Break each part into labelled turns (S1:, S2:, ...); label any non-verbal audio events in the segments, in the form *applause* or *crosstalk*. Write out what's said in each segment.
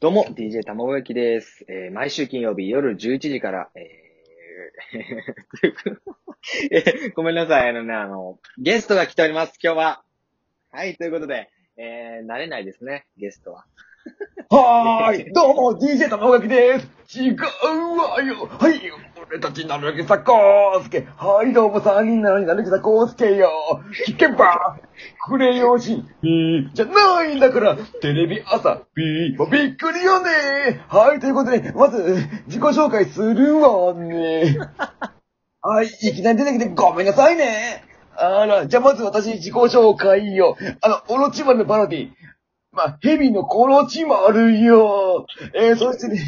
S1: どうも、DJ たまごやきです。えー毎週金曜日夜11時から、えー *laughs* えごめんなさい、あのね、あの、ゲストが来ております、今日は。はい、ということで、えー慣れないですね、ゲストは。
S2: はーい、どうも、DJ 玉垣です。違うわよ。はい、俺たちなるきさこーすけ。はい、どうも、三人なのになるきさこーすけよ。聞けば、クレヨンしん、B じゃないんだから、テレビ朝、B もびっくりよねはい、ということで、まず、自己紹介するわね。はい、いきなり出てきてごめんなさいね。あら、じゃあまず私自己紹介よ。あの、オロチマルのパロディ。まあ、ヘビのコロチマルよ。えー、そしてね、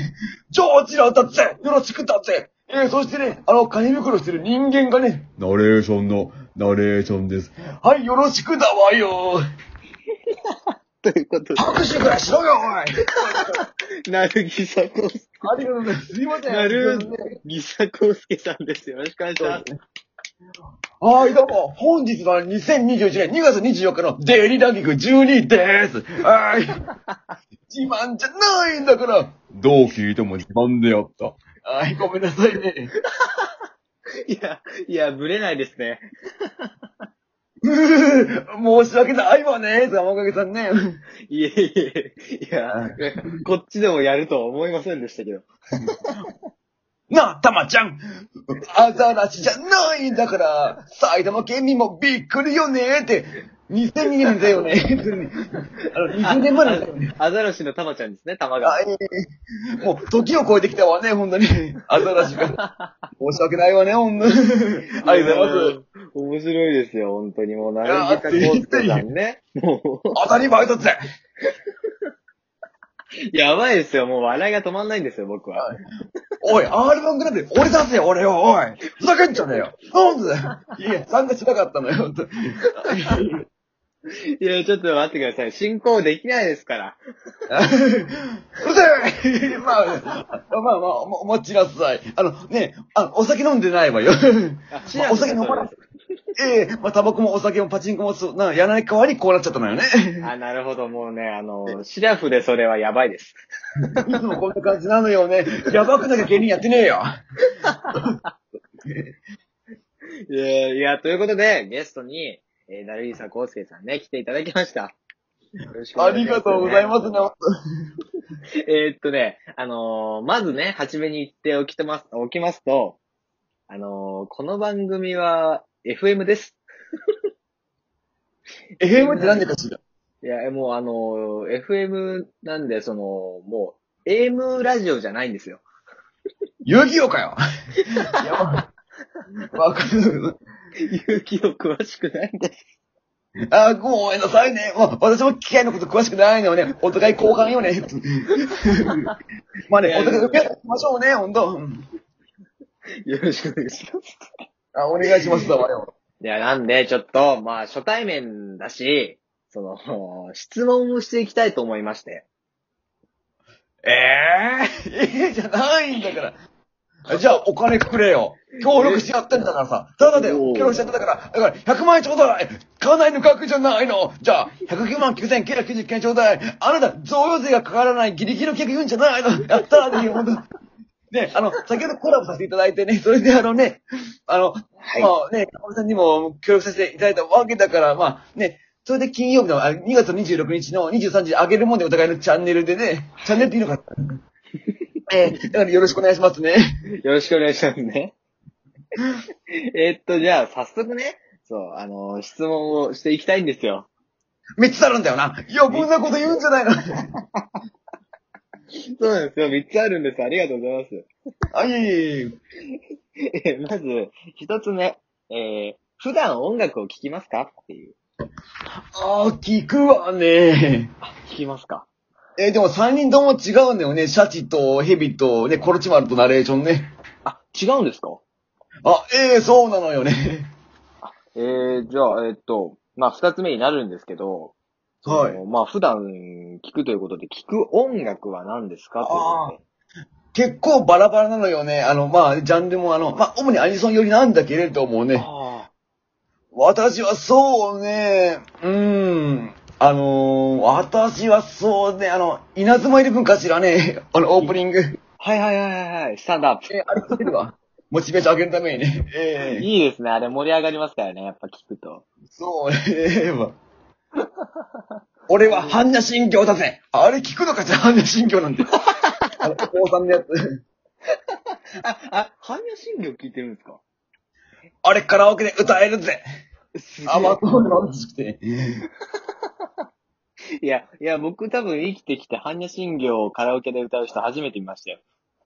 S2: ジョージラだぜよろしくだぜえー、そしてね、あの、金袋してる人間がね、ナレーションの、ナレーションです。はい、よろしくだわよ
S1: ということ
S2: 拍手くらいしろよ、おいあ
S1: で、なるぎさこ、
S2: りがとうございます。すいません。
S1: なる
S2: すいません
S1: ぎさこうすけさんです。よろしくお願いします。
S2: はい、どうも、本日は2021年2月24日のデイリーランキング12位です。はい。自慢じゃないんだから。
S3: どう聞いても自慢でやった。
S2: はい、ごめんなさいね。
S1: いや、いや、ぶれないですね。
S2: うー *laughs* 申し訳ないわね、山影さん *laughs* ね。
S1: いえいえ、いや、こっちでもやるとは思いませんでしたけど。
S2: なあ、たまちゃん。アザラシじゃないんだから、埼玉県民もびっくりよねって。2002年だよね。 *laughs* あの、20年前なんだよね。
S1: アザラシのタマちゃんですね、タマが。
S2: はい。もう、時を超えてきたわね、ほんとに。アザラシ *laughs* が。申し訳ないわね、ほんとに。ありがとうございます。
S1: す。面白いですよ、本当に。もう、なるぎかこうすけさんね。も
S2: 当たり前だぜ。
S1: う、やばいですよ。もう笑いが止まんないんですよ、僕は。
S2: おい、R1 グランプリ、俺だぜ、俺よ、おい。ふざけんじゃねえよ。なんでいや、参加しなかったのよ、ほんと。
S1: いや、ちょっと待ってください。進行できないですから。
S2: うるせえまあ、まあまあ、お待ちなさい。あの、ね、あお酒飲んでないわよ。 *laughs*
S1: あ
S2: まあお酒飲まなええまあ、タバコもお酒もパチンコもそう、な、やらない代わりにこうなっちゃったのよね。
S1: あ、なるほど。もうね、あの、シラフでそれはやばいです。
S2: いつもこんな感じなのよね。やばくなきゃ芸人やってねえよ。
S1: いや、いや、ということで、ゲストに、えー、なるぎさこうすけさんね、来ていただきました。よろしくお
S2: あ
S1: 願い
S2: り
S1: します
S2: がとうございますね。
S1: *laughs* えーっとね、あのーまずね、初めに言っておきてます、おきますと、あのーこの番組は FM です。
S2: FM って何でかしら
S1: いや、もうあのー FM なんで、その、もう、AM ラジオじゃないんですよ。
S2: 遊戯王かよ。やばわかる。
S1: 勇気を詳しくないんです。
S2: あ、ごめんなさいね。わ私も機械のこと詳しくないのよね。お互い交換よね。まあね、お互い受け合っていきましょうね、ほんと。うん
S1: よろしくお願いします。
S2: あ、お願いしますだわよ。
S1: いや、なんで、ちょっと、まあ、初対面だし、その、 *laughs* 質問をしていきたいと思いまして。
S2: ええええじゃないんだから。じゃあ、お金くれよ。協力し合ってんだからさ。ただで
S1: おー
S2: 協力し合ってんだから、だから100万円ちょうだいかなりの額じゃないのじゃあ、109万9999円ちょうだいあなた、贈与税がかからないギリギリの客言うんじゃないのやったらでいいよ、ほんと。ね、あの、先ほどコラボさせていただいてね、それであのね、あの、
S1: はい
S2: まあね、かおりさんにも協力させていただいたわけだから、まあね、それで金曜日の、あ2月26日の23時に上げるもんでお互いのチャンネルでね、チャンネルっていいのかええだからよろしくお願いしますね。
S1: よろしくお願いします *laughs* ね。えっと、じゃあ、早速ね、そう、あのー質問をしていきたいんですよ。
S2: 3つあるんだよな。いや、こんなこと言うんじゃないの。
S1: そうなんですよ。3つあるんです。ありがとうございます。
S2: あ、いえいえいえ。
S1: えまず、1つ目、えー普段音楽を聴きますかっていう。
S2: あー、聞くわね。
S1: 聴きますか
S2: えーでも3人とも違うんだよね。シャチとヘビと、ね、コロチマルとナレーションね。
S1: あ、違うんですか
S2: あ、ええそうなのよね。
S1: えー、じゃあ、えっと、まあ、2つ目になるんですけど、
S2: はい
S1: あのまあ、普段聴くということで、聴く音楽は何ですかということで
S2: 結構バラバラなのよね。あの、まあ、ジャンルもあの、まあ、主にアニソン寄りなんだけれどもね。
S1: あ
S2: 私はそうね、うーん。あのー、私はそうね、あの、稲妻イレブンかしらね、あの、オープニング。え
S1: はいはいはいはいはい。スタンドアッ
S2: ー、あれ聞いてるわ。モチベーション上げるためにね。
S1: プ。
S2: ええ
S1: いいですね。あれ盛り上がりますからね。やっぱ聞くと。
S2: そう、ええわ。俺は般若心経だぜあれ聞くのかじゃあ般若心経なんて。あの、お坊さんのやつ。
S1: あ、あ、般若心経聞いてるんですか
S2: あれカラオケで歌えるぜ
S1: す
S2: あ、まあ、そういうの欲しくて。
S1: いや、いや、僕多分生きてきて般若心経をカラオケで歌う人初めて見ましたよ。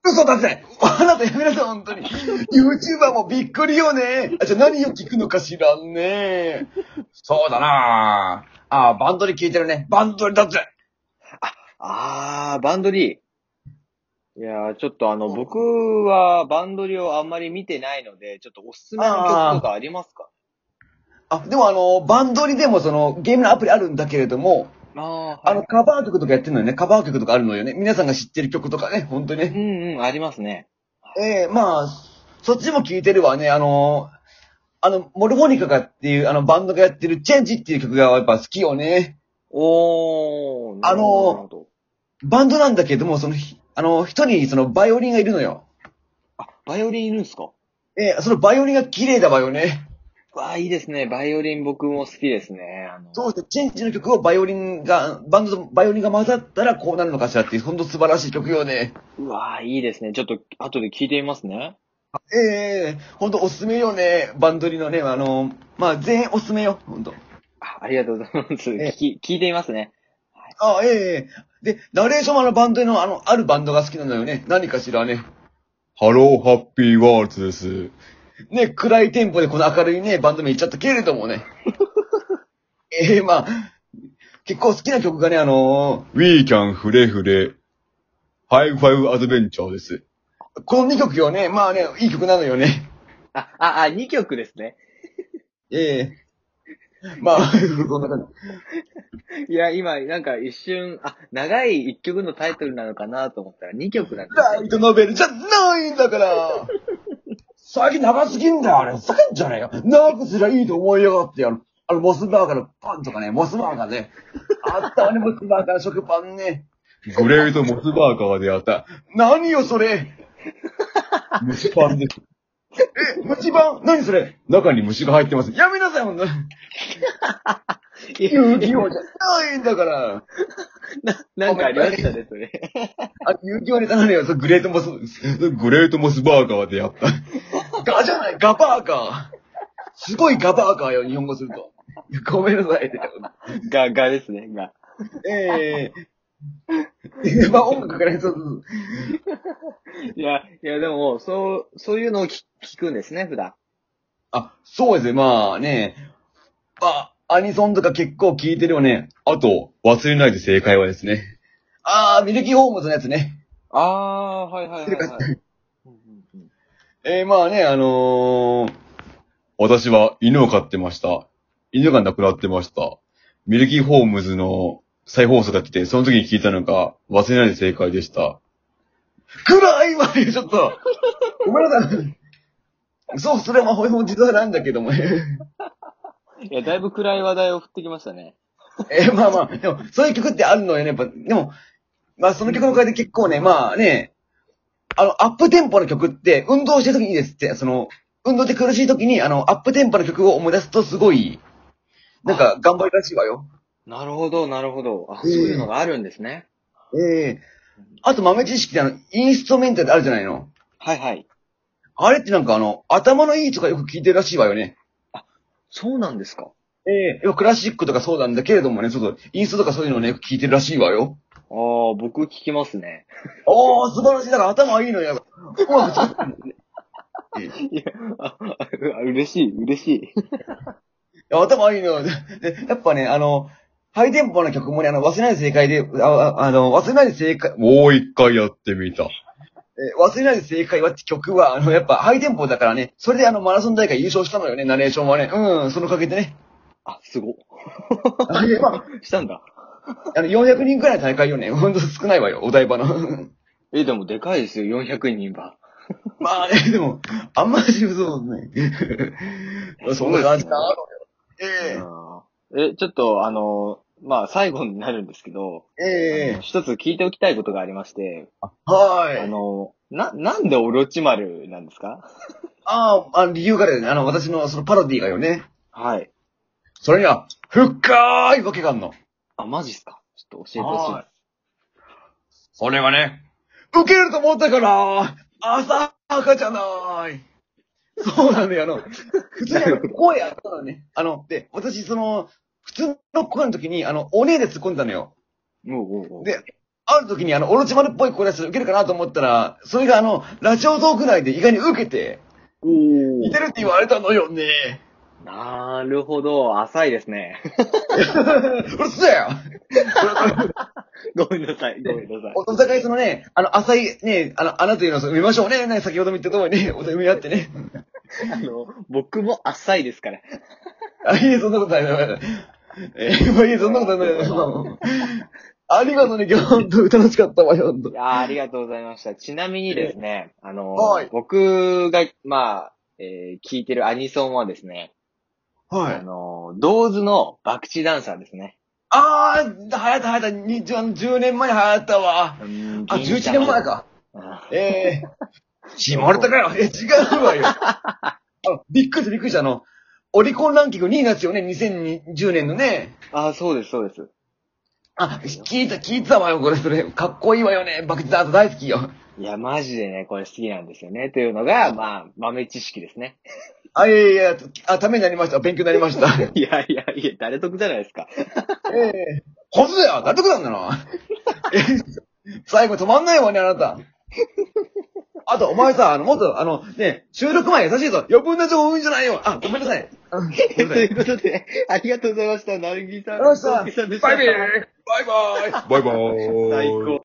S2: 嘘だぜあなたやめなさい、本当に。YouTuber もびっくりよね。あじゃあ何を聞くのかしらんね。そうだなああ、バンドリ聞いてるね。バンドリだぜ
S1: あー、バンドリー。いやー、ちょっとあの、僕はバンドリーをあんまり見てないので、ちょっとおすすめの曲とかありますか
S2: あ、でもあの、バンドリでもその、ゲームのアプリあるんだけれども、
S1: ああー、
S2: あの、カバー曲とかやってるのよね。カバー曲とかあるのよね。皆さんが知ってる曲とかね、本当に
S1: う
S2: ね。
S1: んうん、ありますね。
S2: ええまあ、そっちも聞いてるわね。あの、あの、モルモニカがっていう、あの、バンドがやってるチェンジっていう曲がやっぱ好きよね。
S1: おー、な
S2: あのー
S1: るほど
S2: バンドなんだけども、その、ひあの、一人、その、バイオリンがいるのよ。
S1: あ、バイオリンいるんですか
S2: えーそのバイオリンが綺麗だわよね。
S1: わあ、いいですね。バイオリン僕も好きですね。あの
S2: そうですね、チェンジの曲をバイオリンが、バンドとバイオリンが混ざったらこうなるのかしらっていう、ほんと素晴らしい曲よね。
S1: うわあ、いいですね。ちょっと、後で聞いてみますね。
S2: ええほんとおすすめよね。バンドリのね、あの、まあ、全員おすすめよ、ほんと。
S1: あありがとうございます。
S2: ええ
S1: 聞き、聞いてみますね。
S2: あ、ええで、ナレーションもあのバンドリの、あの、あるバンドが好きなのよね。何かしらね。
S3: ハローハッピーワールドです。
S2: ね、暗いテンポでこの明るいね、バンド名言っちゃったけれどもね。ええまあ、結構好きな曲がね、あの
S3: We can フレフレ。ハイファイブアドベンチャーです。
S2: ーこの2曲よね、まあね、いい曲なのよね。
S1: あ、あ、あ、2曲ですね。
S2: ええまあ、そんな感
S1: いや、今、なんか一瞬、あ、長い1曲のタイトルなのかなと思ったら2曲なんで
S2: じ。
S1: すね
S2: ライトノベルじゃないんだから最近長すぎんだよ、あれ。ふざけんじゃねえよ。長くすりゃいいと思いやがってやる。あの、モスバーガーのパンとかね、モスバーガーね。あったわね、モスバーガーの食パンね。
S3: グレートモスバーガーであった。
S2: 何よ、それ。
S3: 蒸しパンです。
S2: え、ムチパン何それ
S3: 中に虫が入ってます。
S2: やめなさい、ほんとに。
S1: いや
S2: 遊戯王じゃないんだから。
S1: *laughs* なんかありましたね、それ。
S2: あ、遊戯王に頼むよ。そうグレートモス、
S3: グレートモスバーガーで
S2: *laughs*
S3: あった。
S2: ガじゃない、ガバーカー。すごいガバーカーよ、日本語すると。ごめんなさい。
S1: *laughs* が、がですね、が。
S2: ええー。まあ音楽からそうそう
S1: いや、いや、でも、そう、そういうのを聞聞くんですね、普段。
S2: あ、そうですね、まあね。まあ、アニソンとか結構聞いてるよね。
S3: あと、忘れないで正解はですね。
S2: あー、ミルキーホームズのやつね。
S1: ああー、はいはいはい、はい。うんうんうん
S2: えー、まあね、あのー、
S3: 私は犬を飼ってました。犬が亡くなってました。ミルキーホームズの再放送が来て、その時に聞いたのが忘れないで正解でした。
S2: 暗いわよ、ちょっと。ごめんなさい。そう、それはほん実はなんだけども。
S1: いや、だいぶ暗い話題を振ってきましたね。
S2: *laughs* えーまあまあ、でも、そういう曲ってあるのよね、やっぱ。でも、まあその曲の回で結構ね、まあね、あの、アップテンポの曲って、運動してる時にいいですって、その、運動で苦しい時に、あの、アップテンポの曲を思い出すとすごい、なんか、頑張りらしいわよ。
S1: なるほど、なるほど。あ、そ
S2: うん
S1: ういうのがあるんですね。
S2: ええあと豆知識ってあの、インストメンタルあるじゃないの。
S1: はいはい。
S2: あれってなんかあの、頭のいいとかよく聞いてるらしいわよね。
S1: そうなんですか。
S2: ええクラシックとかそうなんだけれどもね、ちょっと、インストとかそういうのをね、よく聞いてるらしいわよ。
S1: ああ、僕聞きますね。 *laughs*
S2: おー、素晴らしい。だから頭いいのよ。うまく作ってるのねえ
S1: い
S2: え
S1: や、あ、あ嬉しい、嬉しい。
S2: いや頭いいのよ。 *laughs* で、やっぱね、あの、ハイテンポの曲もね、あの、忘れないで正解で、あああの、忘れないで正解、
S3: もう一回やってみた。
S2: えー忘れないで正解はって曲は、あの、やっぱハイテンポだからね、それであの、マラソン大会優勝したのよね、ナレーションはね。うん、そのおかげでね。
S1: あ、すご。
S2: あれま
S1: したんだ。
S2: *laughs* ああの、400人くらいの大会よね。ほんと少ないわよ、お台場の。 *laughs*
S1: え、でもでかいですよ、400人は。
S2: まあね、でも、あんまりそう
S3: *laughs*
S2: ね。そんな感じかな。ええ
S1: うんえ、ちょっと、あの、まあ最後になるんですけど、あの
S2: ええ
S1: 一つ聞いておきたいことがありまして、あ
S2: はい。
S1: の、な、なんでオロチ丸なんですか
S2: ああ、理由があるよね。あの、私のそのパロディがよね。
S1: はい。
S3: それには、深いわけがあんの。
S1: あ、マジっすかちょっと教えてほしいです。
S3: それがね、
S2: 受けると思ったから、浅はかじゃない。そうなんだよ、あの、普通にあの声あったのね。あの、で、私、その、普通の声の時に、あの、お姉で突っ込んだのよ。
S1: おうおうおう
S2: で、ある時にあの、オロチマルっぽい声出して受けるかなと思ったら、それがあの、ラジオトーク内で意外に受けて、
S1: おー
S2: 似てるって言われたのよね。
S1: なるほど、浅いですね。 *laughs*
S2: うるせえよ
S1: ごめんなさい、ごめんなさい。
S2: おお互いそのね、あの、浅いね、あの、穴というのを埋めましょうね。ね先ほども言った通りね、お互い埋め合ってね。
S1: あの、僕も浅いですから。
S2: あ、いえ、そんなことない。えー、まあいえ、そんなことない。まあまあありがとうね、今日、ほんと楽しかったわよ、ほんと
S1: い。やーありがとうございました。ちなみにですね、あの
S2: はい、
S1: 僕が、まあ、えー聞いてるアニソンはですね、
S2: は
S1: あ。の、ドーズのバクチダンサーですね。
S2: あー、流行った流行ったにじゅあの。10年前流行ったわ。
S1: うん
S2: あ、11年前。か。
S1: あ
S2: ええー。ひもれたかよ。え、違うわよ。あびっくりした、びっくりした。あの、オリコンランキング2位になっちゃうね、2010年のね。
S1: あ、そうです、そうです。
S2: あ、聞いた、聞いてたわよ、これ、それ。かっこいいわよね。バクチダーズ大好きよ。
S1: いや、マジでね、これ好きなんですよね。というのが、まあ、豆知識ですね。
S2: あ、いやいやいや、あ、ためになりました。勉強になりました。
S1: いやいやいや、誰得じゃないですか。
S2: ええほずや、誰得なんだな。え最後止まんないわね、あなた。あと、お前さ、あの、もっと、あの、ね、収録前優しいぞ。余分な情報多いんじゃないよ。あ、ごめんなさい。あごめん
S1: と
S2: なさ
S1: い
S2: いう
S1: ことで、ありがとうございました。なるぎさん。
S2: ありがとうございました
S1: なるぎさんでした
S2: バイビーバイバイ
S3: バイバーイ。
S1: 最高。